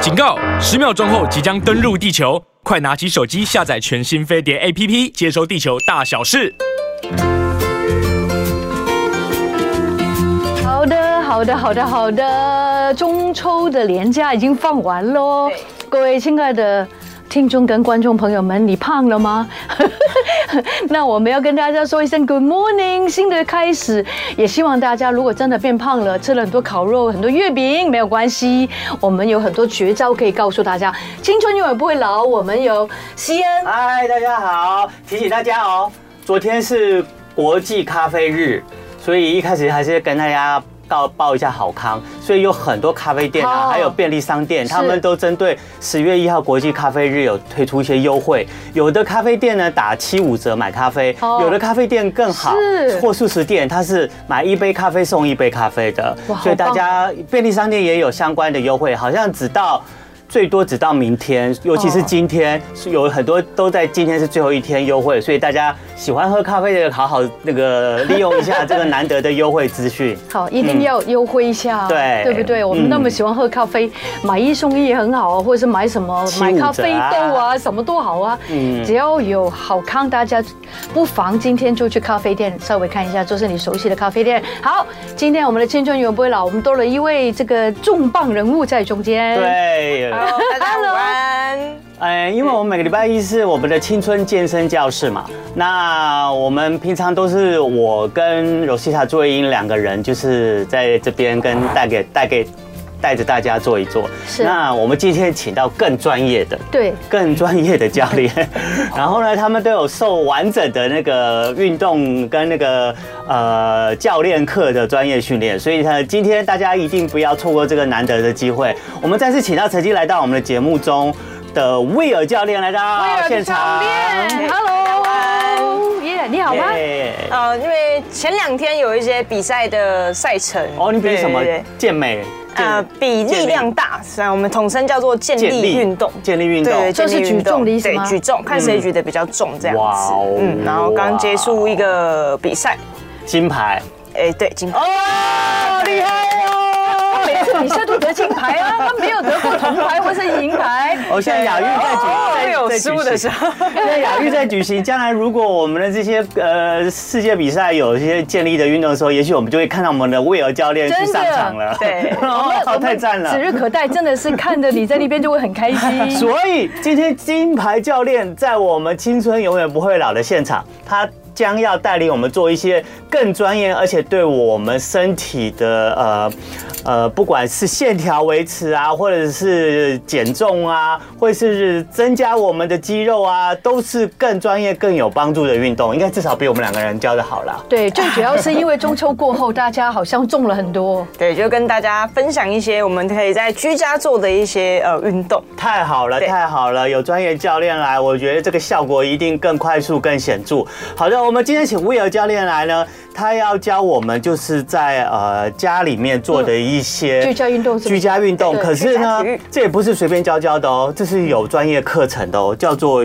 警告！十秒钟后即将登陆地球，快拿起手机下载全新飞碟 APP，接收地球大小事。好的，好的，好的，好的。中秋的连假已经放完喽，各位亲爱的听众跟观众朋友们，你胖了吗？ 那我们要跟大家说一声 Good morning，新的开始。也希望大家如果真的变胖了，吃了很多烤肉、很多月饼，没有关系，我们有很多绝招可以告诉大家。青春永远不会老，我们有西恩。嗨，大家好！提醒大家哦，昨天是国际咖啡日，所以一开始还是跟大家告报一下好康。所以有很多咖啡店啊，哦还有便利商店，他们都针对十月一号国际咖啡日有推出一些优惠。有的咖啡店呢打七五折买咖啡，哦有的咖啡店更好是，或素食店它是买一杯咖啡送一杯咖啡的哇好。所以大棒哦家便利商店也有相关的优惠，好像只到。最多只到明天，尤其是哦今天是有很多都在今天是最后一天优惠，所以大家喜欢喝咖啡的，好好那个利用一下这个难得的优惠 资讯。好，一定要优惠一下，嗯对嗯对不对？我们那么喜欢喝咖啡，买一送一也很好啊，或者是买什么七五买折啊咖啡豆啊，什么都好啊。嗯只要有好康，大家不妨今天就去咖啡店稍微看一下，就是你熟悉的咖啡店。好，今天我们的青春永不会老，我们多了一位这个重磅人物在中间。，对，大家午安。哎，因为我们每个礼拜一是我们的青春健身教室嘛，那我们平常都是我跟柔西塔作英两个人，就是在这边跟带给带给带着大家做一做。是那我们今天请到更专业的，对，更专业的教 练，然后呢，他们都有受完整的那个运动跟那个呃教练课的专业训练，所以呢，今天大家一定不要错过这个难得的机会。我们再次请到曾经来到我们的节目中的威尔教练来到现场， ，Hello，耶，你好吗？耶呃，因为前两天有一些比赛的赛程哦，你比什么对对对健美？健呃，比力量大，虽然我们统称叫做健健力运动。健力运动，嗯对，就是健力运举重的意思对吗，举重，看谁举的比较重这样哇子哦。嗯，然后刚结束一个比赛，金牌哎，对，金牌。哦，厉害哦！每次比赛都得金牌啊，他没有得过铜牌或是银牌。哦，现在亚运在举，在哦会有在举失误的行时 候，现 在亚运在举行，将来如果我们的这些呃世界比赛有一些建立的运动的时候，也许我们就会看到我们的威尔教练去上场了。真 的对我哦，们太赞指了。日可待，真的是看着你在那边就会很开 心。所以今天金牌教练在我们青春永远不会老的现场，他。将要带领我们做一些更专业，而且对我们身体的呃呃，不管是线条维持啊，或者是减重啊，或者是增加我们的肌肉啊，都是更专业、更有帮助的运动。应该至少比我们两个人教的好啦。对，最主要是因为中秋过后，大家好像重了很多。对，就跟大家分享一些我们可以在居家做的一些呃运动。太好了，对太好了！有专业教练来，我觉得这个效果一定更快速、更显著。好的，我们今天请威尔教练来呢，他要教我们就是在呃家里面做的一些、居家运动是不是居家运动。对可是呢居家体育，这也不是随便教教的哦，这是有专业课程的哦，叫做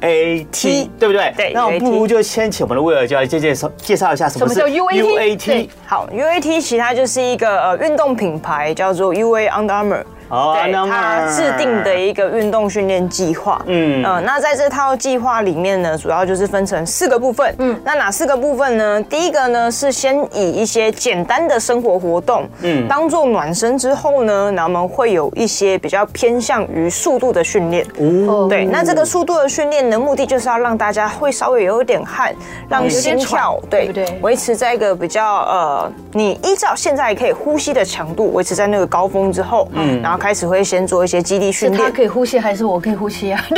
UAT， T 对不对？对那我们 UAT 不如就先请我们的威尔教练介介绍介绍一下什么是什么叫 UAT 对好，UAT 其实它就是一个呃运动品牌，叫做 UA Under Armour。哦对，那么它制定的一个运动训练计划。嗯嗯，呃，那在这套计划里面呢，主要就是分成四个部分。嗯，那哪四个部分呢？第一个呢是先以一些简单的生活活动，嗯，当做暖身之后呢，那我们会有一些比较偏向于速度的训练。嗯哦对，那这个速度的训练的目的就是要让大家会稍微有一点汗，让有点心跳喘对不对维持在一个比较呃，你依照现在可以呼吸的强度维持在那个高峰之后，嗯，然后开始会先做一些基地是训他练，可以呼吸还是我可以呼吸 啊？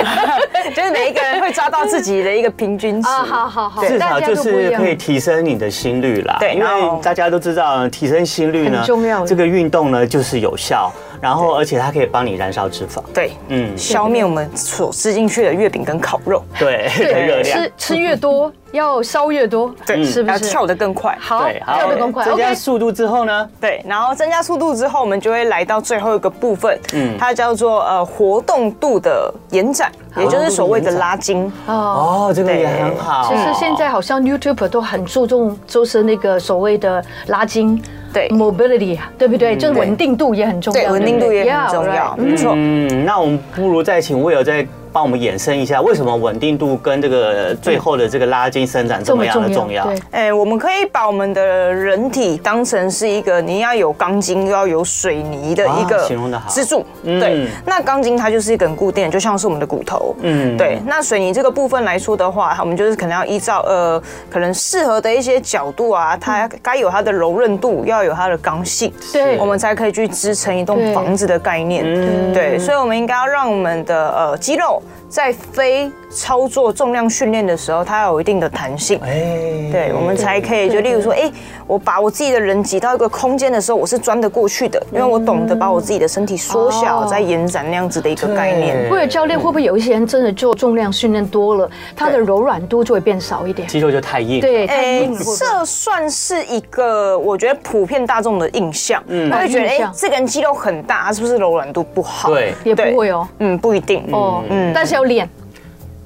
就是每一个人会抓到自己的一个平均值。啊，好好好，至大少家就都不一是样可以提升你的心率啦。对因然后为大家都知道，提升心率呢很重要这个运动呢就是有效，然后而且它可以帮你燃烧脂肪。 对，嗯，消灭我们所吃进去的月饼跟烤肉，对，的热对，量。吃吃越多要烧越多，对，嗯是不要是？跳得更快。好，跳得更快增加，OK。速度之后呢，对，然后增加速度之后，我们就会来到最后一个部分，嗯，它叫做呃活动度的延展，也就是所谓的拉筋。哦，哦，这个也对很好。其实现在好像 YouTube 都很注重，就是那个所谓的拉筋。对 mobility，对不嗯对？就是对稳定度也很重要，哎对，稳定度也很重要，。没错。嗯，那我们不如再请魏友再帮我们延伸一下，为什么稳定度跟这个最后的这个拉筋伸展这这么么样的重重要，？要对，哎、我们可以把我们的人体当成是一个你要有钢筋又要有水泥的一啊个形容得好支柱。嗯对，那钢筋它就是一个很固定的，就像是我们的骨头。嗯嗯，对。那水泥这个部分来说的话，我们就是可能要依照呃，可能适合的一些角度啊，它该有它的柔韧度，要有它的刚性，嗯对我们才可以去支撑一栋对房子的概念。嗯对，所以我们应该要让我们的呃肌肉在非操作重量训练的时候，它要有一定的弹性。哎，对，我们才可以对就例如说，哎，我把我自己的人挤到一个空间的时候，我是钻得过去的，因为我懂得把我自己的身体缩小哦再延展那样子的一个概对念。或者教练会不会有一些人真的做重量训练多了，他的柔软度就会变少一点？肌肉就太硬，，对，太哎硬了，会不会这算是一个我觉得普遍大众的印象，嗯他会觉得啊印哎象，这个人肌肉很大，他是不是柔软度不好？对也不会哦。嗯，不一定。哦，嗯但是要练，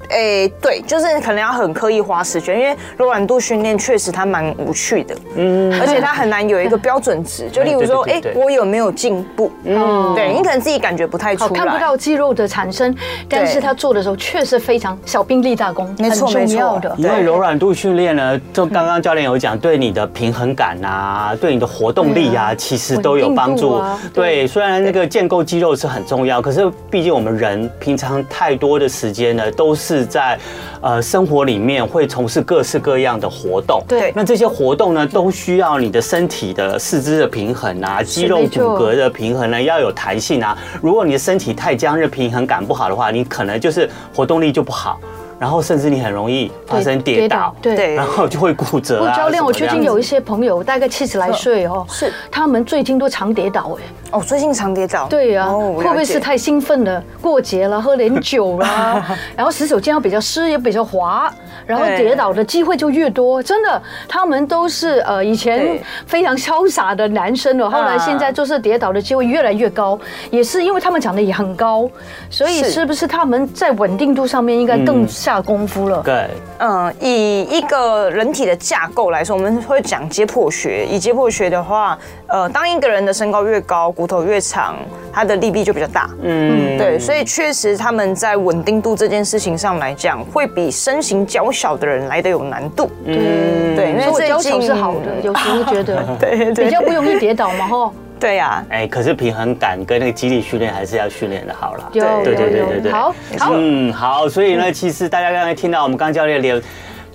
哎，对，就是可能要很刻意花时间，因为柔软度训练确实它蛮无趣的，嗯，而且它很难有一个标准值。就例如说，对对哎对，对我有没有进步？哦嗯，对你可能自己感觉不太出好来，哦看不到肌肉的产生，但是他做的时候确实非常小兵立大功，没很错重要没的嗯错。因为柔软度训练呢，就刚刚教练有讲，对你的平衡感啊，对你的活动力啊，对啊其实都有帮稳助定度啊。对对，虽然那个建构肌肉是很重要，可是毕竟我们人平常太多的时间呢，都是在呃生活里面会从事各式各样的活动。对那这些活动呢，都需要你的身体的四肢的平衡啊，肌肉没骨错骼的平衡呢要有弹性啊。如果你的身体太僵韧，平衡感不好的话，你可能就是活动力就不好。然后甚至你很容易发生对跌倒，对。对然，后就会骨折不啊。教练，我什么最这样近子有一些朋友，大概七十来岁哦，是他们最近都常跌倒哎。哦，最近常跌倒，对呀、啊哦会不会是？了解太兴奋了？过节了，喝点酒 啦，然后洗手间又比较湿，也比较滑，然后对跌倒的机会就越多。真的，他们都是呃以前对非常潇洒的男生哦，后来啊现在就是跌倒的机会越来越高，也是因为他们长得也很高，所以是是不是他们在稳定度上面应该更下功夫了？对，嗯，以一个人体的架构来说，我们会讲解剖学。以解剖学的话，呃，当一个人的身高越高，骨头越长，他的力臂就比较大。嗯，对，所以确实他们在稳定度这件事情上来讲，会比身形较小的人来的有难度。对，对，嗯因所为以我最脚近手是好的，有时候觉得 对对对比较不容易跌倒嘛，吼。对啊呀、哎，可是平衡感跟那个肌力训练还是要训练的好啦。有 对对对有对有，对好好。嗯，好，所以呢，其实大家刚才听到我们刚教练连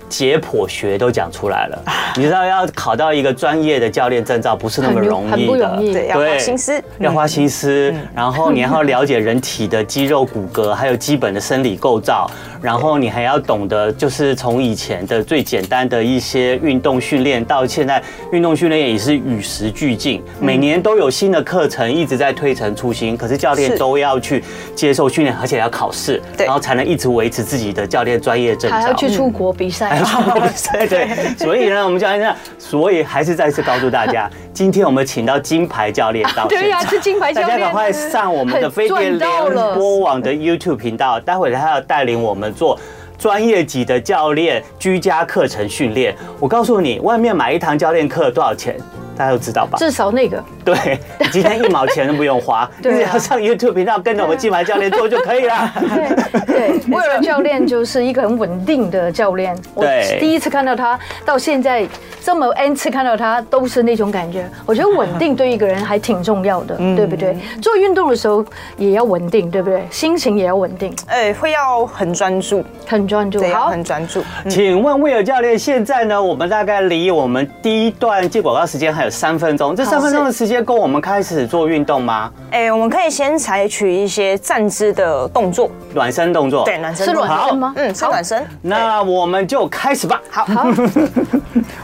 解剖学都讲出来了，你知道要考到一个专业的教练证照不是那么啊很不容易的，很不容易对，要花心思。嗯要花心思，然后你还要了解人体的肌肉、骨骼，还有基本的生理构造，然后你还要懂得，就是从以前的最简单的一些运动训练，到现在运动训练也是与时俱进，嗯每年都有新的课程一直在推陈出新，可是教练是都要去接受训练，而且要考试，对然后才能一直维持自己的教练专业证照。还要去出国比嗯 赛，啊哎对对，所以呢，我们教练这样，所以还是再次告诉 大家，今天我们请到金牌教练到现对呀、场。是金牌教大家练，嗯赶快上我们的飞碟赚联到了，播网的 YouTube 频道，待会他要带领我们做。专业级的教练居家课程训练，我告诉你，外面买一堂教练课多少钱，大家都知道吧？至少那个 对，你今天一毛钱都不用花，你对啊啊只要上 YouTube 频道跟着我们金牌教练做就可以了。 对，为了教练就是一个很稳定的教练。我对第一次看到他，到现在这么 n 次看到他，都是那种感觉。我觉得稳定对一个人还挺重要的，嗯对不对？做运动的时候也要稳定，对不对？心情也要稳定，哎，会要很专注，很专注对，。要好很，专注。请问威尔教练，现在呢？我们大概离我们第一段进广告时间还有三分钟，这三分钟的时间够我们开始做运动吗？哎，我们可以先采取一些站姿的动作，暖身动作。对，，暖身是动作软身吗？嗯，是暖身。那我们就开始吧。好，好，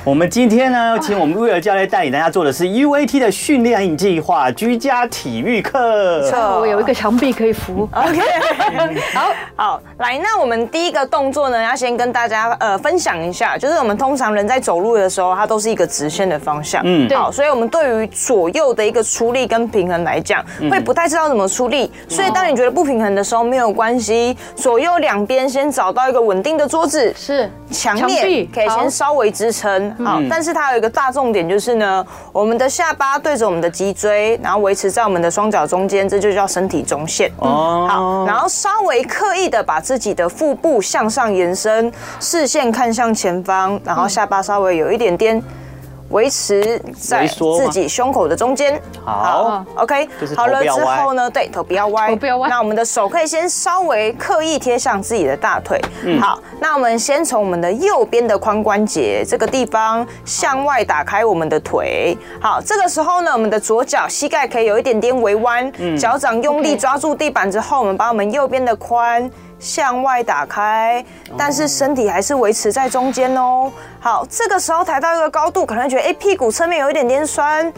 我们今天呢，请我们威尔教练带领大家做的是 UAT 的训练计划居家体育课。我有一个墙壁可以扶。 OK， 好，好，来，那我们第一个动作呢，要先跟大家呃分享一下，就是我们通常人在走路的时候，它都是一个直线的方向，嗯嗯，对好，所以我们对于左右的一个出力跟平衡来讲，嗯会不太知道怎么出力，所以当你觉得不平衡的时候，没有关系，哦左右两边先找到一个稳定的桌子，是墙墙面壁可以好嗯先稍微支撑，好，但是它有一个大重点就是呢，我们的下巴对着我们的脊椎，然后维持在我们的双脚中间，这就叫身体中线。好，然哦，后稍微刻意的把自己的腹部向上延伸，视线看向前方，然后下巴稍微有一点点维持在微缩吗自己胸口的中间。好， OK，就是头好了不要之歪后呢，对，头不要歪，头不要歪那我们的手可以先稍微刻意贴向自己的大腿。好，那我们先从我们的右边的髋关节这个地方向外打开我们的腿。好，这个时候呢，我们的左脚膝盖可以有一点点微弯，脚掌用力 OK 抓住地板之后，我们把我们右边的髋。向外打开，但是身体还是维持在中间哦。好，这个时候抬到一个高度，可能会觉得哎、诶屁股侧面有一点点酸，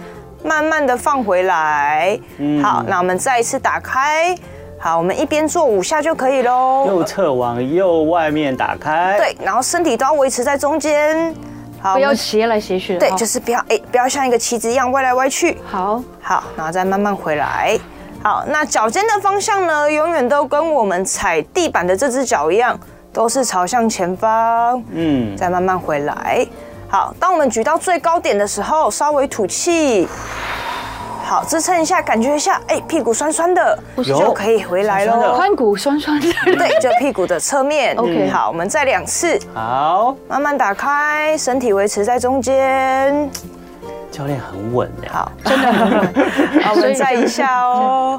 慢慢的放回来。好，那我们再一次打开。好，我们一边做五下就可以喽右。侧往右外面打开，，对，然后身体都要维持在中间。不好，我要们斜来斜去的对哈，就是不要哎、诶不要像一个棋子一样歪来歪去。好，好，然后再慢慢回来。好，那脚尖的方向呢，永远都跟我们踩地板的这只脚一样，都是朝向前方。嗯，再慢慢回来。好，当我们举到最高点的时候，稍微吐气，好，支撑一下，感觉一下，哎、屁股酸酸的，就可以回来酸酸喽的。髋骨酸酸的，对，就屁股的侧面。 OK 好，我们再两次，好，慢慢打开，身体维持在中间。教练很稳哎，好，真的很好，好我们再一下 哦。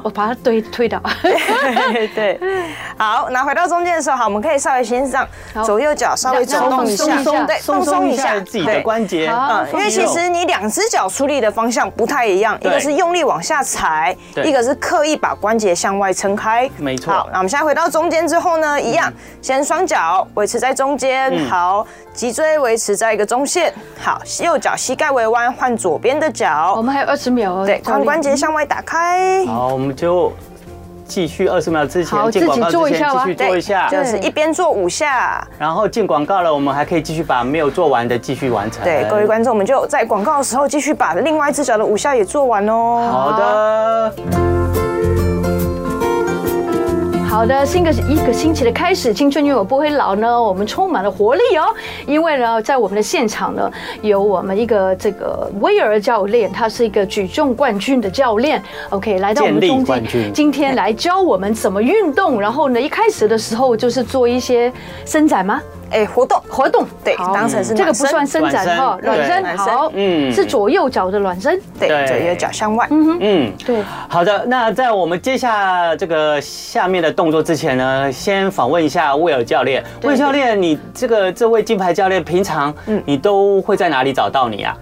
我把它推推倒，对对，好，那回到中间的时候，好，我们可以稍微先让好左右脚稍微让转动一放松下一下，对，松放松松一一下下自己的对关节，好嗯，因为肌其肉实你两只脚出力的方向不太一样，一对个是用力往下踩，对一个是刻意把关节向外撑开。没错嗯好，那我们现在回到中间之后呢，一样，先双脚维持在中间，好，脊椎维持在一个中线，好，右脚膝盖微弯，换左边的我脚，们还有二十秒哦，对，教练髋关节向外打开。好，我们就继续二十秒之好前进广告自己做之一前下吧继续做一下，嗯对就是一边做五下，然后进广告了，我们还可以继续把没有做完的继续完成。对各位观众，我们就在广告的时候继续把另外一只脚的五下也做完哦。好的，好的，新个一个星期的开始，青春永远不会老呢。我们充满了活力哦，因为呢，在我们的现场呢，有我们一个这个威尔教练，他是一个举重冠军的教练。OK，来到我们健力中冠间，军今天来教我们怎么运动。然后呢，一开始的时候就是做一些伸展吗？哎，活动，活动对好当成是这个暖不身算伸展暖身哈，对暖身暖身好，嗯是左右脚的暖身，对，对左右脚向外。嗯。对，好的，那在我们接下这个下面的动作之前呢，先访问一下威尔教练。对威尔教练，你这个这位金牌教练，平常嗯你都会在哪里找到你啊？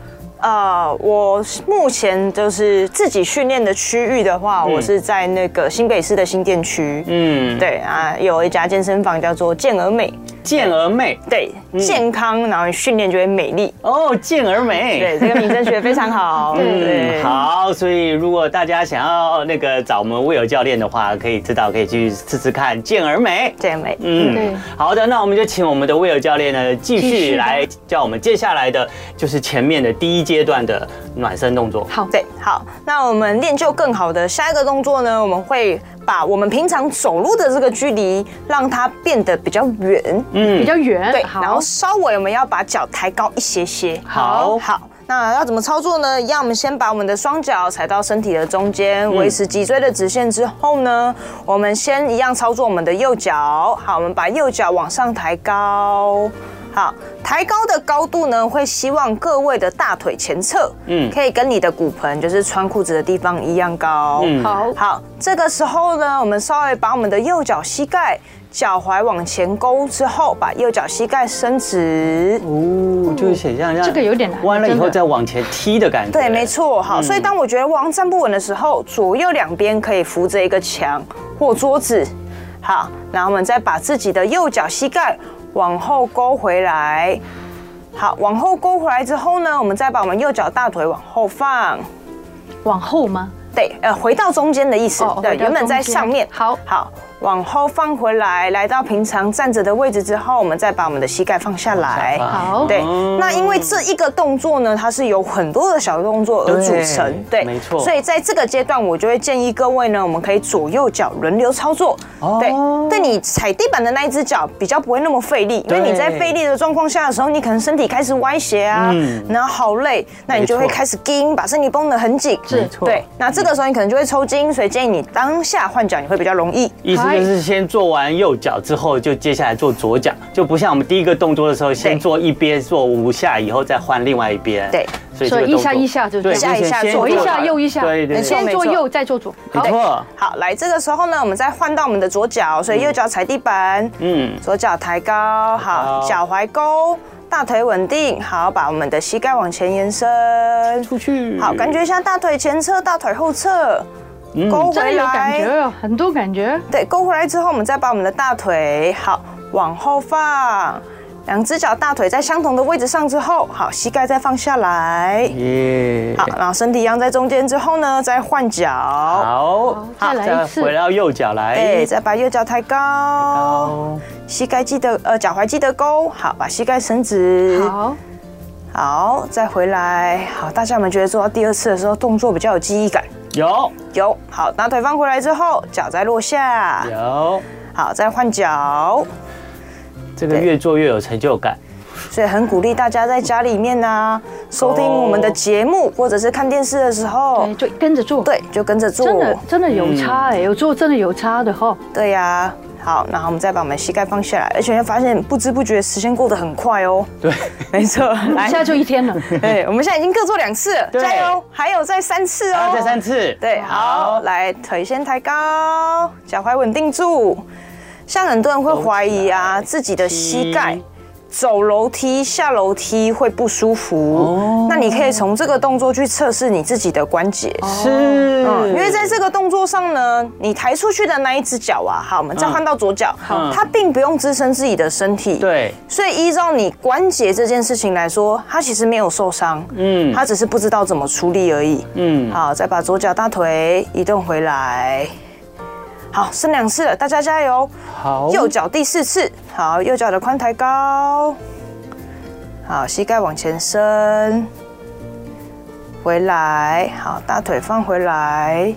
呃，我目前就是自己训练的区域的话，我是在那个新北市的新店区。嗯，，对啊，有一家健身房叫做健儿美，健儿妹对，健康，然后训练就会美丽。哦，健儿美，对，这个名称学得非常 好。嗯，好，所以如果大家想要那个找我们威尔教练的话，可以知道可以去试试看健儿美。健儿美。对嗯，好的，那我们就请我们的威尔教练呢继继续续吧来教我们接下来的就是前面的第一阶段的暖身动作。好，对，好，那我们练就更好的下一个动作呢，我们会把我们平常走路的这个距离，让它变得比较远。比嗯，较远，对，好然后稍微我们要把脚抬高一些些。好好，那要怎么操作呢？一样，我们先把我们的双脚踩到身体的中间，维持脊椎的直线之后呢，我们先一样操作我们的右脚。好，我们把右脚往上抬高。好，抬高的高度呢，会希望各位的大腿前侧，嗯嗯，可以跟你的骨盆，就是穿裤子的地方一样高。嗯好好，这个时候呢，我们稍微把我们的右脚膝盖、脚踝往前勾之后，把右脚膝盖伸直。哦，就是想象这样这个有点难弯了以真后的再往前踢的感觉。对，没。错。好，所以当我觉得我好像站不稳的时候，左右两边可以扶着一个墙或桌子。好，然后我们再把自己的右脚膝盖往后勾回来。好，往后勾回来之后呢，我们再把我们右脚大腿往后放。往后吗？对，呃，回到中间的意思。哦对，回到原本在中间上面。好好，往后放回来，来到平常站着的位置之后，我们再把我们的膝盖放下来。啊好，对，哦那因为这一个动作呢，它是由很多的小动作而组成，对对，没错所以在这个阶段，我就会建议各位呢，我们可以左右脚轮流操作，哦对，对你踩地板的那一只脚比较不会那么费力，因为对你在费力的状况下的时候，你可能身体开始歪斜啊，然后好累，那你就嗯没会错开始筋，把身体绷得很紧，是没错对，那这个时候你可能就会抽筋，所以建议你当下换脚，你会比较容易。意思就是先做完右脚之后，就接下来做左脚，就不像我们第一个动作的时候，先做一边做五下，以后再换另外一边。对，所所这个以一下动作一下就对，一下目前一下先左左一做下好右一下，对对没错对，先做右再做左，没好，错，好，来这个时候呢，我们再换到我们的左脚，所以右脚踩地板，嗯，左脚抬高，好，好脚踝勾，大腿稳定，好，把我们的膝盖往前延伸，嗯出去，好，感觉一下大腿前侧、大腿后侧，勾真的回有感觉来，哦，很多感觉，对，勾回来之后，我们再把我们的大腿好往后放，两只脚大腿在相同的位置上之后，好，膝盖再放下来，耶，好，然后身体一样在中间之后呢，再换脚，好，好再哎来一次回到右脚来，对，哎再把右脚抬高。好，膝盖记得呃脚踝记得勾，好，把膝盖伸直，好，好，再回来，好，大家有没有觉得做到第二次的时候动作比较有记忆感？有有，好，拿腿放回来之后，脚再落下，有，好，再换脚，这个对越做越有成就感，所以很鼓励大家在家里面呢、啊哦收听我们的节目，或者是看电视的时候哎对，，就跟着做，，哦对，就跟着做，真的真的嗯有差哎，有做真的有差的哈，对呀、好，然后我们再把我们膝盖放下来，而且会发现不知不觉时间过得很快哦。对，没 错，来一，下就一天了，对，我们现在已经各做两次了，对加油！还有再三次然哦，后再三。次，对，好，来，腿先抬高，脚踝稳定住。像很多人会怀疑啊，自己的膝盖七走楼梯、下楼梯会不舒服，哦那你可以从这个动作去测试你自己的关节。是，嗯，因为在这个动作上呢，你抬出去的那一只脚啊，好，我们再换到左脚，嗯它并不用支撑自己的身体，对，所以依照你关节这件事情来说，它其实没有受伤，嗯嗯，它只是不知道怎么处理而已。嗯，好，再把左脚大腿移动回来。好，剩两次了，大家加油！好，右脚第四次，好，右脚的髋抬高，好，膝盖往前伸，回来，好，大腿放回来，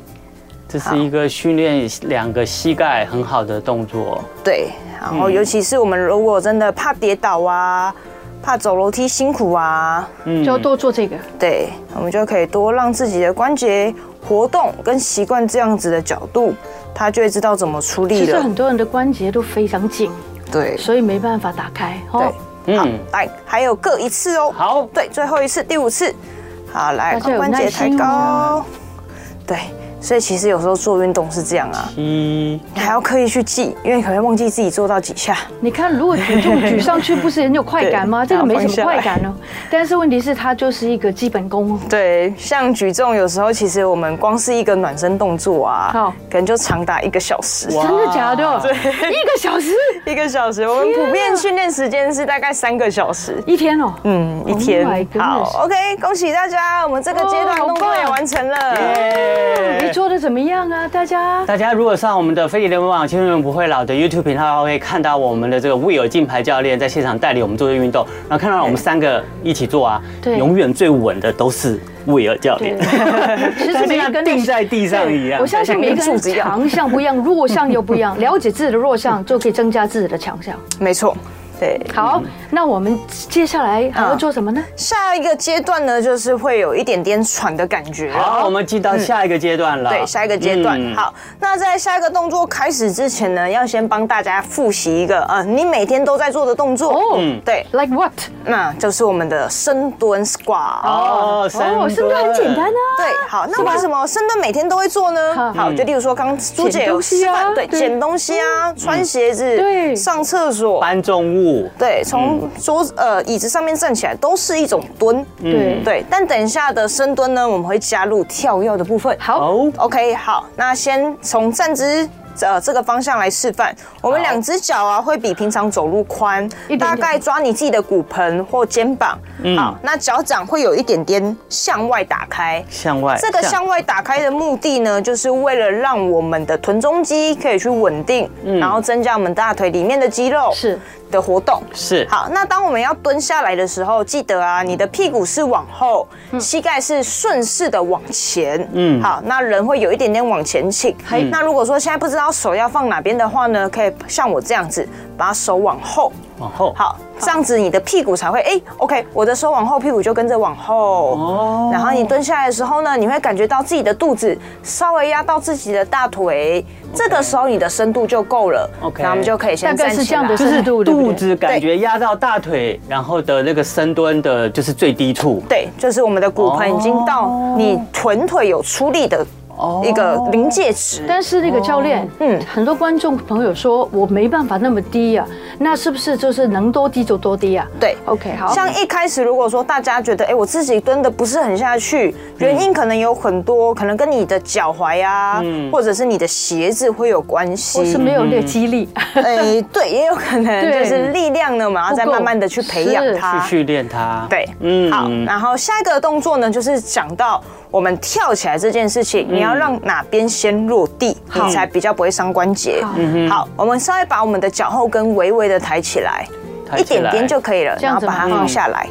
这是一个训练两个膝盖很好的动作，对，然嗯后尤其是我们如果真的怕跌倒啊，怕走楼梯辛苦啊，嗯就要多做这个，对，我们就可以多让自己的关节活动跟习惯这样子的角度，他就会知道怎么处其理实了。很多人的关节都非常紧，对，所以没办法打开哦对。嗯，来，还有各一次哦。好，对，最后一次，第五次。好，来，大家有关耐节抬心啊高哦。对，所以其实有时候做运动是这样啊，一，你还要刻意去记，因为可能会忘记自己做到几下。你看，如果举重举上去不是很有快感吗？对这个没什然么后放下来快感哦。但是问题是，它就是一个基本功哦。对，像举重，有时候其实我们光是一个暖身动作啊好，可能就长达一个小时。哇真的假的？一个小时一个小时，我们普遍训练时间是大概三个小时。一天哦。嗯，一 Oh 天。 my goodness 好，OK，恭喜大家，我们这个阶哦段好动作棒也完成了。你哎做的怎么样啊，大家？大家如果上我们的飞碟联盟网“青春永不会老”的 YouTube 频道，会看到我们的这个 w i 金牌教练在现场带领我们做这个运动，然后看到我们三个一起做啊，对永远最稳的都是 w i 教对练，，其实每一个人定在地上一样我。相信每一个人强项不一样，弱项又不一样。了解自己的弱项，就可以增加自己的强项。没错，对。好，那我们接下来还要做什么呢？下一个阶段呢，就是会有一点点喘的感觉。好，我们进到下一个阶段了。对，下一个阶段、嗯，好。那在下一个动作开始之前呢，要先帮大家复习一个呃，你每天都在做的动作。哦哦，对， Like what？那就是我们的深蹲 squat。哦，深哦，蹲是不是很简单啊？对，好，那为什么深蹲每天都会做呢？好好，就例如说，刚刚朱姐有示捡东西范，啊对，对捡东西啊，穿鞋子，对上厕所，搬重物，对，从桌子呃椅子上面站起来都是一种蹲，嗯对嗯对。但等一下的深蹲呢，我们会加入跳跃的部分。好，哦， OK，好，那先从站姿呃这个方向来示范。我们好两只脚啊会比平常走路宽一点点，大概抓你自己的骨盆或肩膀。好，那脚掌会有一点点向外打开。向外，这个向外打开的目的呢，就是为了让我们的臀中肌可以去稳定，然后增加我们大腿里面的肌肉是的活动。是好，那当我们要蹲下来的时候，记得啊，你的屁股是往后，嗯膝盖是顺势的往前。嗯，好，那人会有一点点往前倾。那如果说现在不知道手要放哪边的话呢，可以像我这样子，把手往后。往后，好，这样子你的屁股才会哎、o k 我的手往后，屁股就跟着往后。哦然后你蹲下来的时候呢，你会感觉到自己的肚子稍微压到自己的大腿，这个时候你的深度就够了。 OK 然后我们就可以先大概站是起来。这样的就是深 度对不对肚子感觉压到大腿，然后的那个深蹲的就是最低处。对，就是我们的骨盆已经到哦你臀腿有出力的哦一个临界值。但是那个教练，嗯嗯，很多观众朋友说我没办法那么低呀、那是不是就是能多低就多低呀、啊对，OK，好，像一开始如果说大家觉得，哎、我自己蹲的不是很下嗯去，原因可能有很多，可能跟你的脚踝啊，或者是你的鞋子会有关嗯系。我是没有那嗯个肌力，哎、对，也有可能对就是力量呢，我们要再不够慢慢的去培养是它。去训练它，啊对，嗯，好。然后下一个动作呢，就是讲到我们跳起来这件事嗯情，你要让哪边先落地，你才比较不会伤关节好。嗯好，我们稍微把我们的脚后跟微微的抬起来，抬一起来嗯点点就可以了，这然样后子把它吗放下来。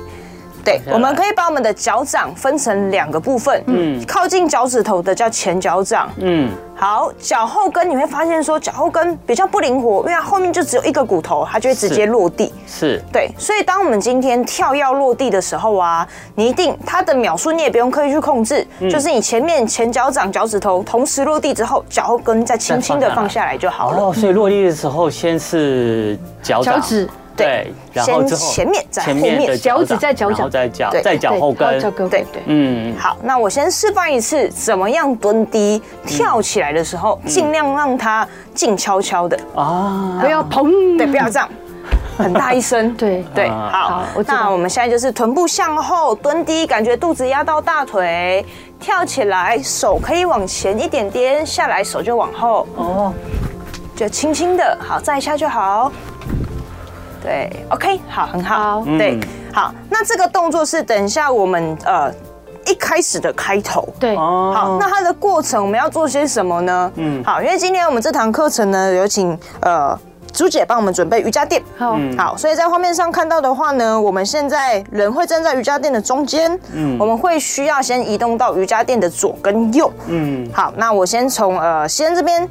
对，下来我们可以把我们的脚掌分成两个部分，嗯，靠近脚趾头的叫前脚掌，嗯，好，脚后跟你会发现说脚后跟比较不灵活，因为它后面就只有一个骨头，它就会直是接落地。是对，所以当我们今天跳要落地的时候啊，你一定它的秒数你也不用刻意去控制，就是你前面前脚掌、脚趾头同时落地之后，脚后跟再轻轻的放下来就好了。哦，所以落地的时候先是脚掌脚趾对，然后先之后前面再前后面面的脚趾再脚掌然后再脚对再脚后对跟脚，后跟对对。嗯，好，那我先示范一次怎么样蹲低跳起来的时候，尽量让它静悄悄的，啊，不要砰，对，不要这样，很大 一声，对对，啊好好我，知道那我们现在就是臀部向后蹲低，感觉肚子压到大腿，跳起来，手可以往前一点点，下来手就往后，哦，就轻轻的，好，再一下就好。对，OK，好，很好好，对，好，那这个动作是等一下我们呃一开始的开头，对，哦好，那它的过程我们要做些什么呢？嗯，好，因为今天我们这堂课程呢，有请呃朱姐帮我们准备瑜伽垫。好，嗯好，所以在画面上看到的话呢，我们现在人会站在瑜伽垫的中间，嗯，我们会需要先移动到瑜伽垫的左跟右，嗯，好，那我先从呃先这边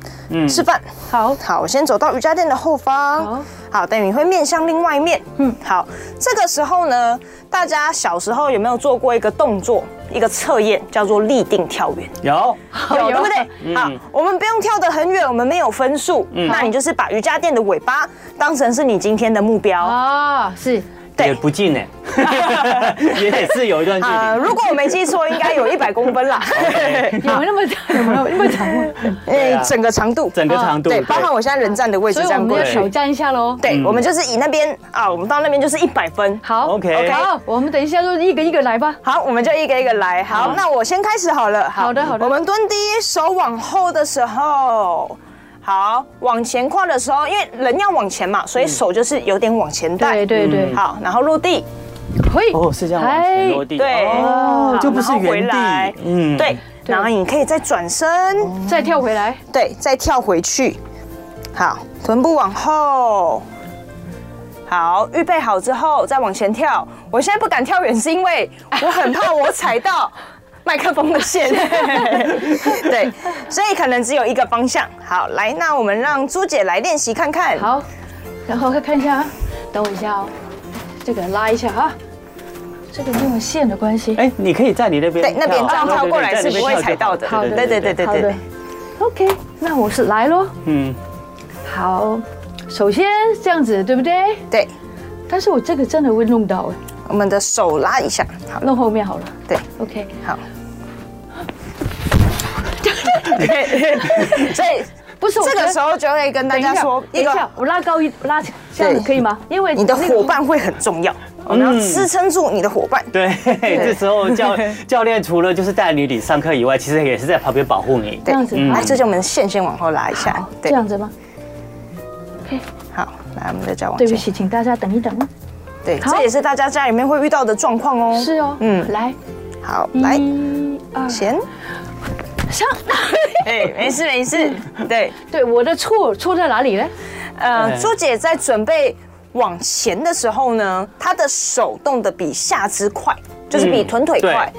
示范，好，好，我先走到瑜伽垫的后好方。嗯好，等于会面向另外一面。嗯，好，这个时候呢，大家小时候有没有做过一个动作，一个测验，叫做立定跳远？有有对不对？好，我们不用跳得很远，我们没有分数，那你就是把瑜伽垫的尾巴当成是你今天的目标。啊， 是对也不 近哎，也得是有一段距啊、离，如果我没记错，应该有一百公分啦， 有那么长，有没有那么长吗？哎，整个长度，整个长度对，包含我现在人站的位置所以这我样们过要去。挑战一下喽。对，我们就是以那边啊，我们到那边就是一百分。好 OK 好，我们等一下就一个一个来吧。好，我们就一个一个来。好，那我先开始好了。好的好的我们蹲低，手往后的时候，好，往前跨的时候，因为人要往前嘛，所以手就是有点往前带。对对对，好，然后落地，嘿，哎嗯哦，是这样往前落地，对，哦好，就不是然后回原来地，嗯，对，对然后你可以再转身。哎再跳回来，对，再跳回去。好，臀部往后。好，预备好之后再往前跳。我现在不敢跳远，是因为我很怕我踩到麦克风 的线。对，所以可能只有一个方向。好，来，那我们让朱姐来练习看看。好，然后看一下啊，等我一下哦，这个拉一下啊，这个因为线的关系。哎，你可以在你那边对，那边这样啊跳过来对是对对不会踩到在的。那好边的对对对对好对的对。 ，OK，那我是来喽。嗯，好，首先这样子对不对？对，但是我这个真的会弄到哎，我们的手拉一下。好，弄后面好了。对， OK， 好。对，所以不是，我这觉个得时候就会跟大等一家下说，等一下，我拉高一拉，这样对可以吗？因为你的那个伙伴会很重要，嗯我们要支撑住你的伙伴。 对， 这时候教教练除了就是带你你上课以外，其实也是在旁边保护你。对这样子嗯来，这就我们线先往后拉一下，这样子吗？好，来，我们再交往对前。不起，请大家等一等。对，好这也是大家家里面会遇到的状况哦。是哦，嗯嗯，来，好，来，一二前，上。哎，没事没事，嗯对，对，我的错错在哪里呢？呃，对朱姐在准备往前的时候呢，她的手动的比下肢快，就是比嗯臀腿快。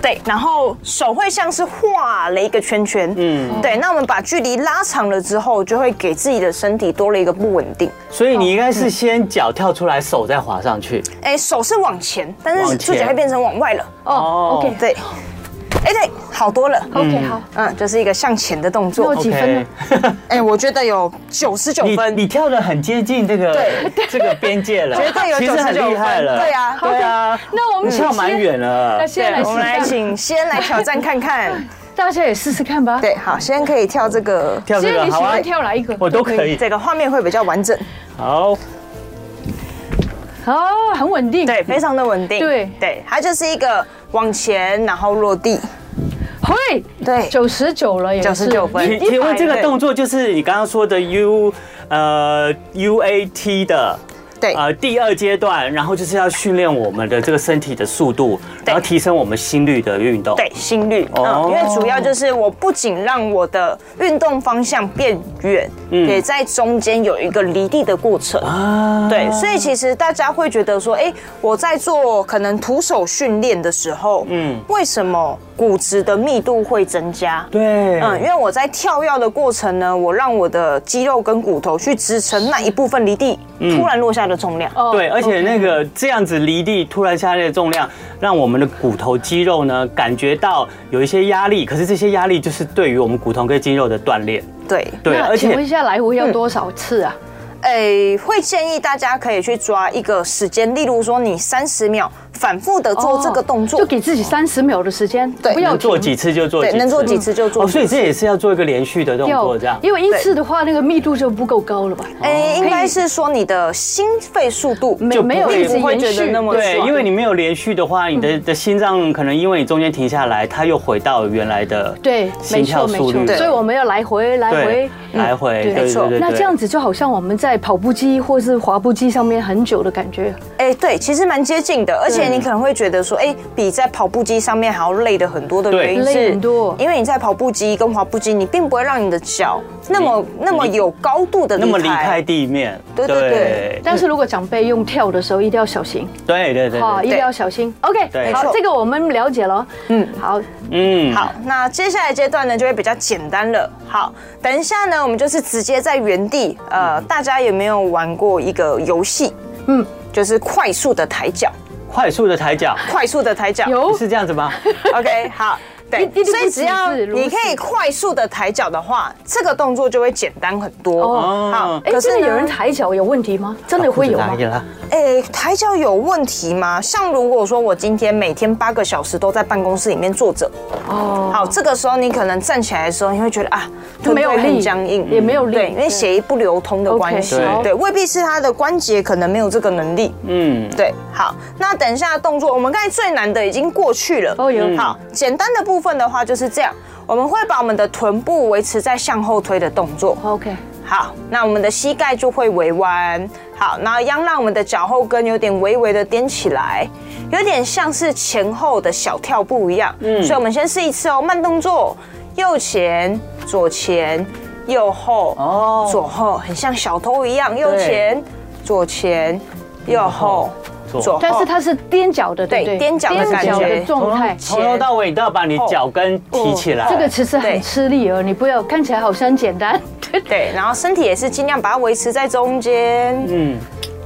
对，然后手会像是画了一个圈圈，嗯，对。那我们把距离拉长了之后，就会给自己的身体多了一个不稳定。所以你应该是先脚跳出来，手再滑上去。哎，手是往前，但是往前朱姐会变成往外了。哦哦，OK 对，哎对，好多了。 OK，好，嗯，就是一个向前的动那我作。几分呢？哎，我觉得有九十九你分，你跳的很接近这个这个边界了，绝对有其实很99厉害了。分对啊对啊，那我们你跳蛮先远了那。先来我们来试一下，请先来挑战看看。大家也试试看吧。，对，好，先可以跳这个，跳这先个你喜好啊欢，跳哪一个？我都可以。这个画面会比较完整，好，哦，很稳定。对，，非常的稳定，对对，它就是一个往前然后落地，会对，九十九了，也是99分请请问这个对动作就是你刚刚说的 U 呃 U A T 的对，呃第二阶段，然后就是要训练我们的这个身体的速度，然后提升我们心率的运动。对，心率，哦嗯，因为主要就是我不仅让我的运动方向变远，也在中间有一个离地的过程，嗯啊，对，所以其实大家会觉得说，哎、我在做可能徒手训练的时候，嗯嗯，为什么骨质的密度会增加？对，嗯，因为我在跳跃的过程呢，我让我的肌肉跟骨头去支撑那一部分离地突然落下的重量。哦对，而且 OK 那个这样子离地突然下来的重量，让我们的骨头肌肉呢感觉到有一些压力，可是这些压力就是对于我们骨头跟肌肉的锻炼。对，对，那而请问且嗯一下，来回要多少次啊？诶，会建议大家可以去抓一个时间，例如说你三十秒反复的做这个动哦作，就给自己三十秒的时间，对不要能做停几次就做几对，次，能做几次就做哦，几次。所以这也是要做一个连续的动掉作，这样。因为一次的话，那个密度就不够高了吧？哎，应该是说你的心肺速度哦没就不没有会一直不会延觉得续那么对，爽因为你没有连续的话，你嗯的的心脏可能因为你中间停下来，它又回到原来的对，没心错跳没速错率，，对所以我们要来回来回嗯对。来回，对对没对错对对。那这样子就好像我们在跑步机或是滑步机上面很久的感觉，哎、对，其实蛮接近的，而且你可能会觉得说，哎、比在跑步机上面还要累的很多的原对因累是很多，因为你在跑步机跟滑步机，你并不会让你的脚那么那么有高度的那么离离开开。地面，对对对但是如果长辈用跳的时候一定要小心，对对对好，一对，定要小心。OK，对没好，错这个我们了解了。嗯，好，嗯，好，那接下来阶段呢就会比较简单了。好，等一下呢，我们就是直接在原地，呃，大家有没有玩过一个游戏？嗯嗯，就是快速的抬脚，快速的抬脚，快速的抬脚。有是这样子吗？ OK，好。一对一定，不所以只要只是如此你可以快速的抬脚的话，这个动作就会简单很多。哦好，哎，可是真的呢有人抬脚有问题吗？真的会有吗？有啦，哎，抬脚有问题吗？像如果说我今天每天八个小时都在办公室里面坐着，哦，好，这个时候你可能站起来的时候，你会觉得啊，就没有臀腿很力僵硬，也没有力对，因为对血液不流通的 OK，关系好，对，未必是他的关节可能没有这个能力。嗯，对，好，那等一下动作，我们刚才最难的已经过去了。哦有好，简单的部分的话就是这样，我们会把我们的臀部维持在向后推的动作。 ，OK，好，那我们的膝盖就会微弯。好，那央让我们的脚后跟有点微微的踮起来，有点像是前后的小跳步一样。嗯，所以我们先试一次哦，慢动作，右前，左前，右后，哦左后，很像小偷一样，右对前，左前，右后，左左后。但是它是踮脚的，对不对？对踮脚的感觉踮脚的状态。哦从头到尾你都要把你脚跟提起来，这个其实对很吃力哦，你不要看起来好像很简单，对对，然后身体也是尽量把它维持在中间。嗯，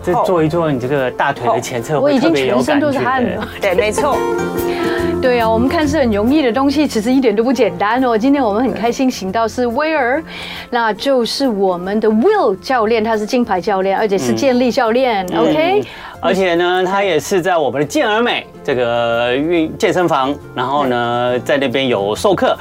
这做一做，你这个大腿的前侧我会已特经别有全身感觉。都是汗了。对，没错。对啊，我们看似很容易的东西，其实一点都不简单哦。今天我们很开心，请到是威尔，那就是我们的 Will 教练，他是金牌教练，而且是健力教练。OK，嗯而且呢，他也是在我们的嗯健儿美这个运健身房，然后呢，在那边有授课。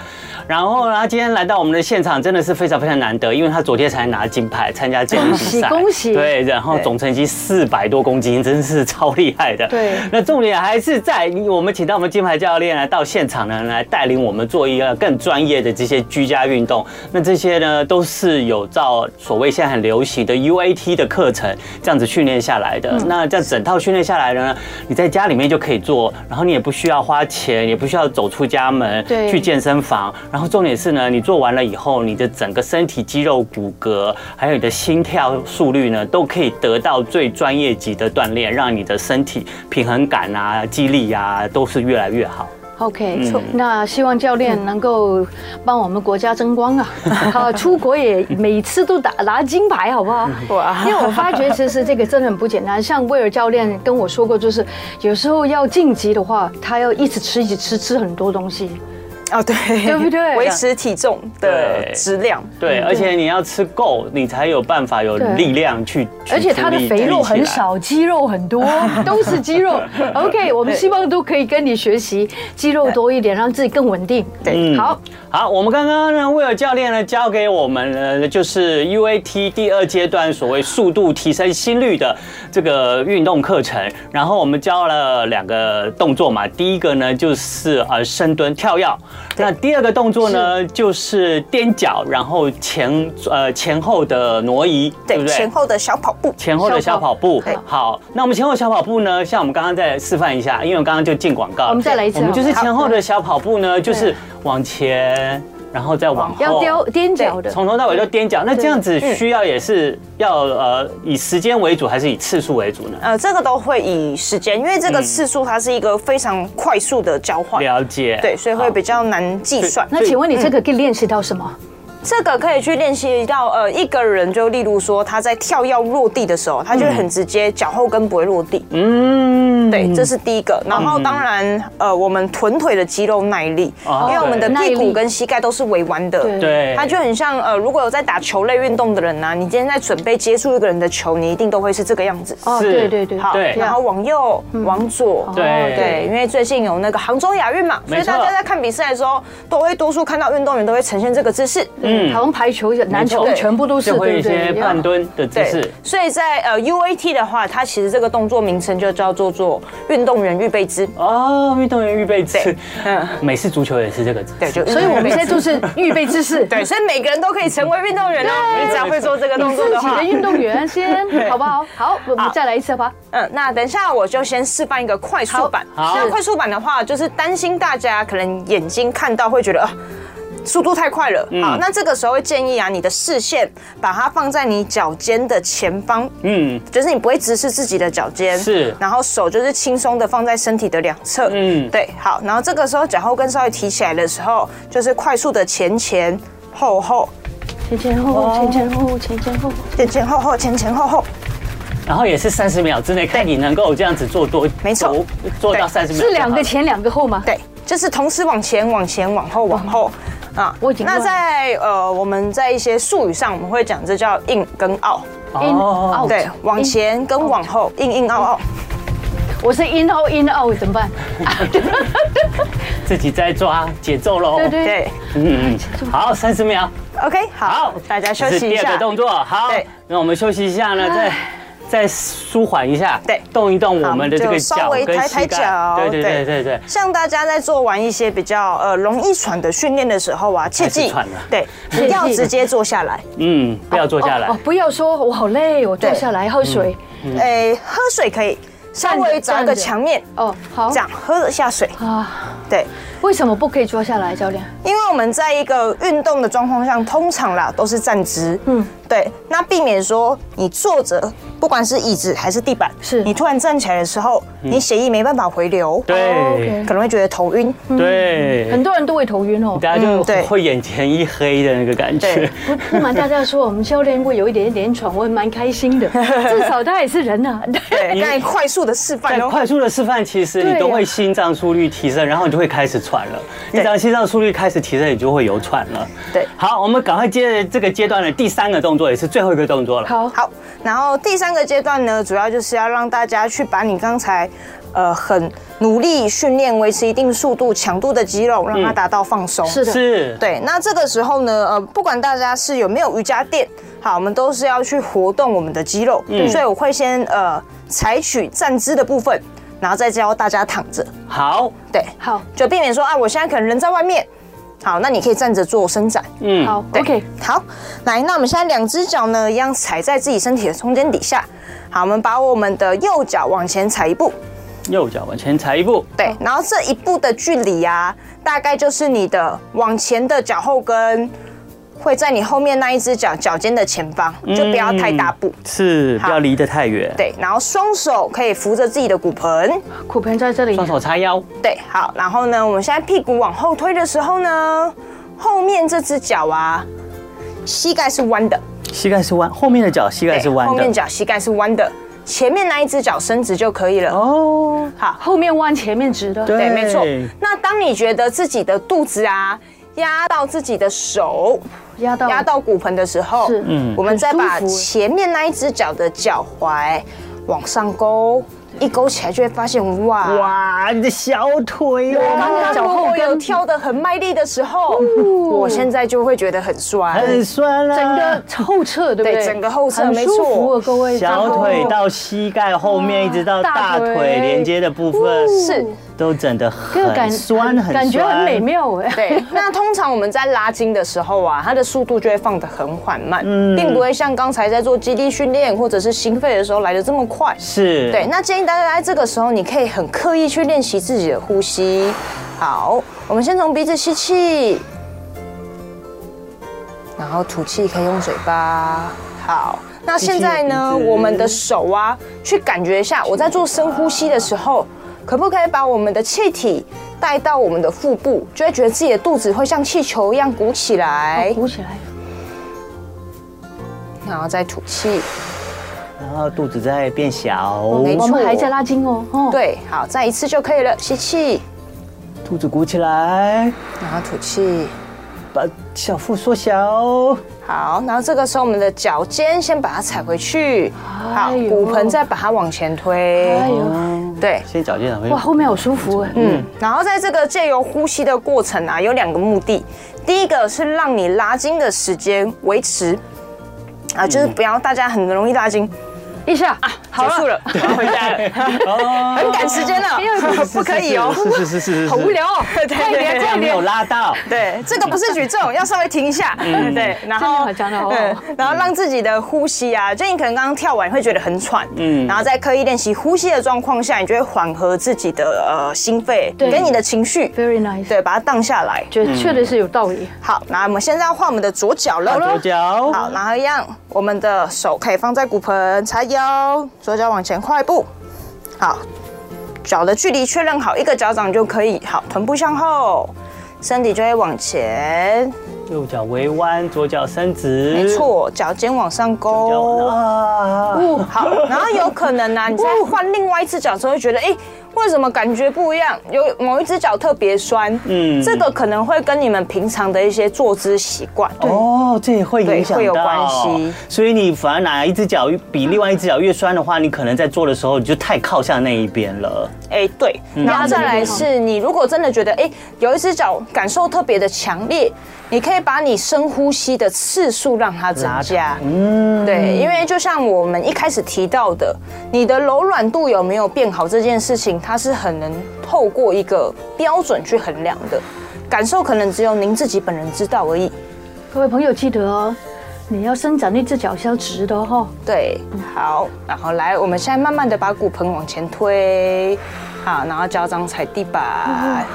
然后他今天来到我们的现场，真的是非常非常难得，因为他昨天才拿金牌参加健力比赛，恭喜恭喜对，然后总成绩四百多公斤，真是超厉害的。对那重点还是在我们请到我们金牌教练来到现场呢，来带领我们做一个更专业的这些居家运动。那这些呢，都是有照所谓现在很流行的 UAT 的课程这样子训练下来的。那这样整套训练下来呢，你在家里面就可以做，然后你也不需要花钱，也不需要走出家门对去健身房。然后重点是呢，你做完了以后，你的整个身体肌肉、骨骼，还有你的心跳速率呢，都可以得到最专业级的锻炼，让你的身体平衡感啊、肌力啊，都是越来越好。 OK，、那嗯希望教练能够帮我们国家争光 啊！啊，出国也每次都打拿金牌，好不好？哇 因为我发觉其实这个真的很不简单。像威尔教练跟我说过，就是有时候要晋级的话，他要一直吃，一直吃，吃很多东西。哦，对，对不对维持体重的对质量，对，而且你要吃够，你才有办法嗯有对力量去。去而且他的处理肥肉很。处理起来少，肌肉很 多，都是肌肉。OK，我们希望都可以跟你学习，肌肉多一点，让自己更稳定。对嗯好，好，我们刚刚呢，威尔教练呢教给我们呢，就是 UAT 第二阶段所谓速度提升心率的这个运动课程。然后我们教了两个动作嘛，第一个呢就是呃深蹲跳跃，那第二个动作呢就是踮脚，然后前呃前后的挪移，对不对，对？前后的小跑步，前后的小跑步小跑。好，那我们前后小跑步呢？像我们刚刚再示范一下，因为我刚刚就进广告了。我们再来一次我们就是好前后的小跑步呢，就是往前，然后再往后。要踮踮脚的。从头到尾都踮脚，那这样子嗯需要也是要呃以时间为主，还是以次数为主呢？呃，这个都会以时间，因为这个次数它是一个非常快速的交换，了解。对，所以会好比较难计算。那请问你这个可以练习到什么？这个可以去练习到，呃，一个人就例如说他在跳要落地的时候，他就会很直接，脚后跟不会落地。嗯，对，这是第一个。然后当然，呃，我们臀腿的肌肉耐力，哦因为我们的嗯啊对屁耐力股跟膝盖都是围弯的，对对，它就很像呃，如果有在打球类运动的人呢、啊你今天在准备接触一个人的球，你一定都会是这个样子。哦，是对对对，好，对然后往右，往左，对哦对，因为最近有那个杭州亚运嘛，所没以错大家在看比赛的时候，都会多数看到运动员都会呈现这个姿势。嗯，好像排球、篮球对全部都是，就会对有一不些对？半蹲的姿势对。，所以在呃 UAT 的话，它其实这个动作名称就叫做做运动员预备姿。哦，运动员预备姿对，嗯， 美式足球也是这个姿势。对，就所以我们现在就是预备姿 势，对，所以每个人都可以成为运动员哦。你只要会做这个动作自的己话的，运动员先，好不好？好，我们再来一次吧。嗯，那等一下我就先示范一个快速版。好那快速版的话，就是担心大家可能眼睛看到会觉得。啊速度太快了，嗯好，那这个时候会建议啊，你的视线把它放在你脚尖的前方，嗯，就是你不会直视自己的脚尖，是然后手就是轻松的放在身体的两侧，嗯嗯，对，好，然后这个时候脚后跟稍微提起来的时候，就是快速的前前后后，前前后后，前前后后，前前后后。前前后后，前前后后，然后也是三十秒之内，看你能够这样子做多，没错多，做到对三十秒就好了。是两个前两个后吗？对，就是同时往前、往前、往后、往后啊。哦我已经那忘了在呃，我们在一些术语上，我们会讲这叫硬跟拗， ，in 哦 out，对，往 in- 前哦跟往后，硬硬拗拗。我是 in out in out 怎么办？自己在抓节奏喽。对对对嗯，嗯，好，三十秒， ，OK，好好，，大家休这是息一第二下个。动作，好对，那我们休息一下呢，再再舒缓一下，对动一动我们的这好个就稍脚微跟抬膝抬盖脚，，对对对对对。像大家在做完一些比较呃容易喘的训练的时候啊，切始记喘了，对，切不记要直接坐下来，嗯，不要坐下来哦，哦，不要说我好累，我坐对下来喝水。嗯哎，喝水可以，稍站着微找一站着个墙面，哦，好这。样喝一下水，啊，对。为什么不可以坐下来，教练？因为我们在一个运动的状况下，通常啦都是站直，嗯嗯，对，那避免说你坐着，不管是椅子还是地板，是你突然站起来的时候，你血液没办法回流，哦嗯对，OK 可能会觉得头晕，对很，多人都会头晕哦。大家嗯对就会眼前一黑的那个感觉对。不不瞒大家说，我们教练会有一点点喘，我也蛮开心的，至少他也是人啊呐、对，那你快速的示范在哦。快速的示范，其实对呀你都会心脏速率提升，然后你就会开始喘了。你只要心跳速率开始提升，你就会有喘了。对好，我们赶快接着这个阶段的第三个动作，也是最后一个动作 了。好，好，然后第三个阶段呢，主要就是要让大家去把你刚才，呃，很努力训练、维持一定速度、强度的肌肉，让它达到放松。是的，是，对，那这个时候呢，呃，不管大家是有没有瑜伽垫，好，我们都是要去活动我们的肌肉，所以我会先呃采取站姿的部分，然后再教大家躺着，好，对，好，就避免说啊，我现在可能人在外面，好，那你可以站着做伸展，嗯，好对，OK，好，来，那我们现在两只脚呢，一样踩在自己身体的中间底下。好，我们把我们的右脚往前踩一步，右脚往前踩一步，对，然后这一步的距离啊，大概就是你的往前的脚后跟会在你后面那一只脚脚尖的前方，就不要太大步。是，不好要离得太远，对，然后双手可以扶着自己的骨盆，苦盆在这里双，手叉腰，对，好，然后呢，我们现在屁股往后推的时候呢，后面这只脚啊，膝盖是弯的，膝盖是弯，后面的脚膝盖对是弯后面的。脚膝盖是弯的，前面那一只脚伸直就可以了。哦，好，后面弯，前面直的，对对，没错。那当你觉得自己的肚子啊压到自己的手，压到压到骨盆的时候，是嗯我们再把很舒服前面那一只脚的脚踝往上勾，一勾起来就会发现，哇哇，哇，你的小腿刚哦，刚脚如后果跟有跳得很卖力的时候，我现在就会觉得很酸。很酸啊啦，整个后侧，对不对？呃对整个后侧很没舒服错啊，各位。小腿到膝盖后面一直到大腿连接的部分，是都整的个感很酸，很酸感觉很美。妙哎。对，那通常我们在拉筋的时候啊，它的速度就会放得很缓慢，并不会像刚才在做肌力训练或者是心肺的时候来的这么快。是，对，，那建议大家在这个时候，你可以很刻意去练习自己的呼吸。好，我们先从鼻子吸气，然后吐气可以用嘴巴。好，那现在吸呢，气用鼻子我们的手啊，去感觉一下，我在做深呼吸的时候，可不可以把我们的气体带到我们的腹部，就会觉得自己的肚子会像气球一样鼓起来，哎鼓起来，然后再吐气。然后肚子在变小，没我错们还在拉筋哦。哦，对，好，再一次就可以了。吸气，肚子鼓起来，然后吐气。把小腹缩小，好，然后这个时候我们的脚尖先把它踩回去，好，哎呦骨盆再把它往前推，哎呦，对，哦先脚尖哇，往后面好舒服哎。嗯，然后在这个借由呼吸的过程啊，有两个目的，第一个是让你拉筋的时间维持。啊，就是不要大家很容易拉筋，一下啊，好结束了，我要回家了，哦，很赶时间了没有， 不可以哦，是是是是是，好无 聊哦，对快点对快没点有拉到， 对，这个不是举 重，要稍微停一下。对，然真的哦后好讲得好对好然后让自己的呼吸啊，就你可能刚刚跳完你会觉得很喘，嗯嗯，然后在刻意练习呼吸的状况下，你就会缓和自己的呃心肺对跟你的情绪， ，very nice，对，把它荡下来。嗯觉得确实是有道理。好，那我们现在要换我们的左脚了。左脚，好，然后一样，我们的手可以放在骨盆，叉腰，左脚往前跨一步。好，脚的距离确认好，一个脚掌就可以。好，臀部向后，身体就会往前。右脚微弯，左脚伸直，没，错，哦脚尖往上脚勾。啊，好，然后有可能啊呢、你再换另外一只脚之后，会觉得哎、诶为什么感觉不一样？有某一只脚特别酸，嗯嗯，这个可能会跟你们平常的一些坐姿习惯，哦，这也会影响到，对会有关系所以你反而哪一只脚比另外一只脚越酸的话，你可能在做的时候你就太靠向那一边了。哎、对，然后再来是你如果真的觉得哎、诶有一只脚感受特别的强烈，你可以把你深呼吸的次数让它增加。嗯，对，因为就像我们一开始提到的，你的柔软度有没有变好这件事情，它是很能透过一个标准去衡量的。感受可能只有您自己本人知道而已。各位朋友记得哦，你要伸展那只脚是要直的哦。对，好，然后来，我们现在慢慢的把嗯骨盆往前推，好，然后脚掌踩地板，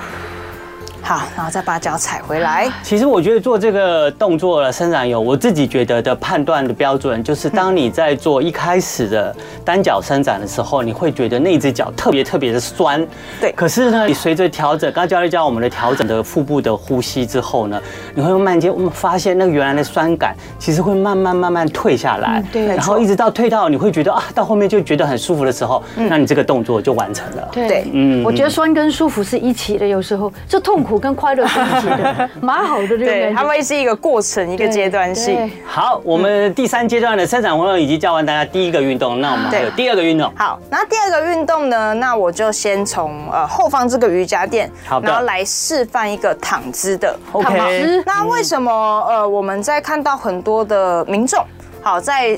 好，然后再把脚踩回来。啊其实我觉得做这个动作了伸展有我自己觉得的判断的标准，就是当你在做一开始的单脚伸展的时候，你会觉得那只脚特别特别的酸。对可是呢，你随着调整，刚刚教练教我们的调整的腹部的呼吸之后呢，你会慢慢间发现那个原来的酸感，其实会慢慢慢慢退下来。嗯对然后一直到退到你会觉得啊，到后面就觉得很舒服的时候，那你这个动作就完成了。嗯对嗯，我觉得酸跟舒服是一起的，有时候这痛苦跟快乐是一起 的，蛮好的这个对，感它觉。会是一个过程，一个阶段性对。好，我们第三阶段的伸展活动已经教完大家第一个运动，那我们还有嗯对第二个运动。好，那第二个运动呢？那我就先从呃后方这个瑜伽垫，好的然后来示范一个躺姿的。躺 OK，直那为什么呃我们在看到很多的民众，好在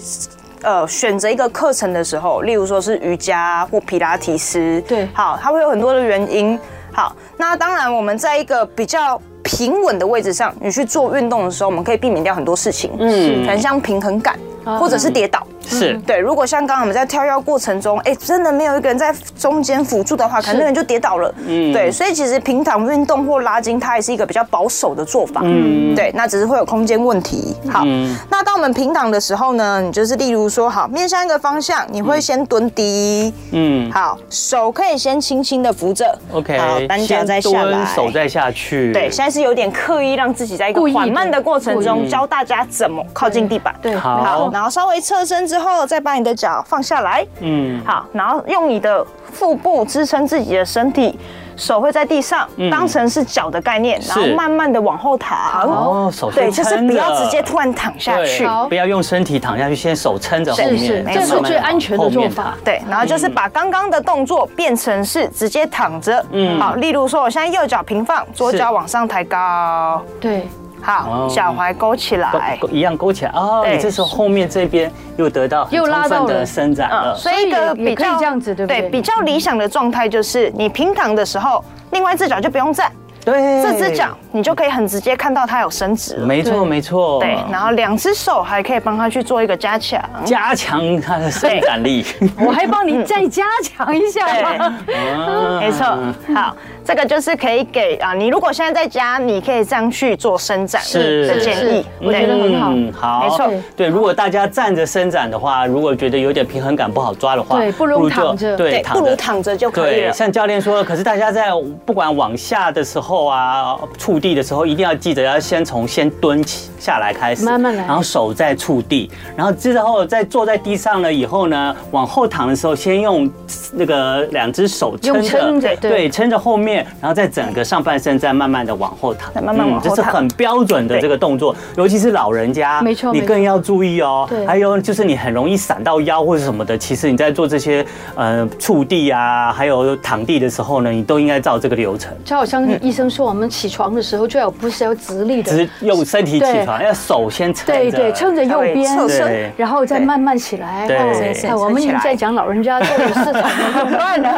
呃选择一个课程的时候，例如说是瑜伽或皮拉提斯，对好，它会有很多的原因。好，那当然我们在一个比较平稳的位置上，你去做运动的时候，我们可以避免掉很多事情，嗯，可能像平衡感啊或者是跌倒。是对，如果像刚刚我们在跳跃过程中，哎、真的没有一个人在中间辅助的话，可能那个人就跌倒了。嗯，对，所以其实平躺运动或拉筋，它也是一个比较保守的做法。嗯，对，那只是会有空间问题。好，那当我们平躺的时候呢，你就是例如说，好，面向一个方向，你会先蹲低，嗯好，手可以先轻轻的扶着，OK，好，单脚再下先蹲来，手再下去。对，现在是有点刻意让自己在一个故意的缓慢的过程故中，教大家怎么靠近地板。对，没好好，错然后稍微侧身之后，再把你的脚放下来。嗯，好，然后用你的腹部支撑自己的身体，手会在地上，嗯当成是脚的概念，然后慢慢的往后躺。哦手先对，就是撑不要着直接突然躺下去对。好不要用身体躺下去，先手撑着后是面，是，慢这慢是最往安全的后做面法。对，然后就是把刚刚的动作变成是直接躺着。嗯，好，例如说我现在右脚平放，左是脚往上抬高，对，好，哦脚踝勾起勾来。勾一样勾起来哦，哎对你这时候后面这边又得到很又拉充到分了的伸展了，嗯所以一个所以也比可以较这样子对不对比较理想的状态就是你平躺的时候，另外一只脚就不用站，对，这只脚你就可以很直接看到它有伸直了。没错对没错，对，然后两只手还可以帮它去做一个加强。加强它的伸展力，我还帮你再加强一下嘛。嗯没错，好，这个就是可以给啊，你如果现在在家，你可以这样去做伸展是的建议。是我觉得对很好嗯，好，没错对对，如果大大家站着伸展的话，如果觉得有点平衡感不好抓的话，对不如就躺着对，对，躺不如着。躺着就可以对，了。像教练说，可是大家在不管往下的时候啊，触地的时候，一定要记得要先从先蹲起下来开始，慢慢来然后手再触地，然后之后再坐在地上了以后呢，往后躺的时候，先用那个两只手用撑撑着着，对对，撑着后面，然后再整个上半身再慢慢的往后躺，嗯再慢慢往后这是躺很标准的对这个动作，尤其是老人家，没错你没更要注意哦对。还有就是你很容易闪到腰或者什么的，其实你在做这些呃触地啊，还有躺地的时候呢，你都应该照这个流程，就好像嗯医生说，我们起床的时候最好不是要直立只的是，用身体起床，要手先撑着，对对，撑着右边稍微侧，身然后再慢慢起来。对哦对哎我们在讲老人家这种事情 怎么办呢？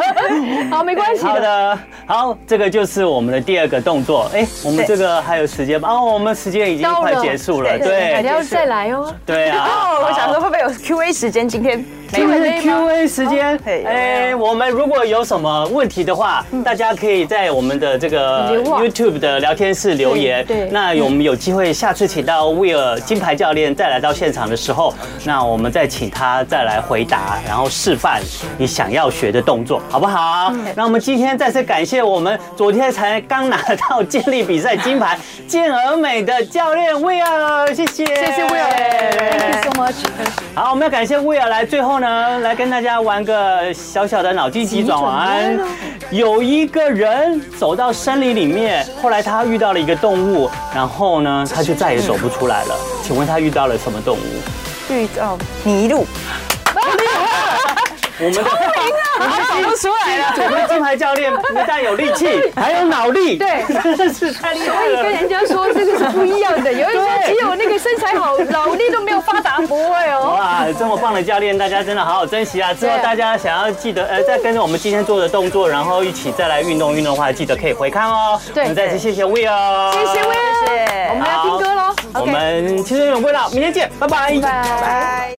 好，没关系好的。的，好，这个就是我们的第二个动作。哎，我们对这个还有时间吗？哦，我们时间已经到快了结束了，对还对要再来哦。对啊。哦，我想好说会不会有 Q A 时间？今天没就有是累吗哦 Q&A 时间嘿，哎，我们如果有什么问题的话，大家可以在我们的这个嗯留啊 YouTube 的聊天室留言。对对那我们有机会下次请到威尔金牌教练再来到现场的时候，那我们再请他再来回答，然后示范你想要学的动作，好不好？嗯那我们今天再次感谢我们昨天才刚拿到健力比赛金牌健儿美的教练威尔，谢谢，谢谢谢 Will，Thank you so much。好，我们要感谢威尔来，最后呢，来跟大家玩个小小的脑筋急转弯。啊有一个人走到森林里面，后来他遇到了一个动物，然后呢，他就再也走不出来 了。请问他遇到了什么动物？遇到迷哦路，我们的啊走不出来了。我们的金牌教 练不但有力气，还有脑力，对 真的是太厉害所以跟了。人家说这个是不一样的，有人说只有那个身材好，脑力都没有发达，不会哦。哇，啊这么棒的教练，大家真的好好珍惜啊！之后对大家想要记得，呃，再跟着我们今天做的动作，然后一起再来运动运动的话，记得可以回看哦。对我们再次谢谢 Will，哦谢谢 Will，谢谢我们要听歌喽。我们青春有味道，明天见，拜拜。拜拜。拜。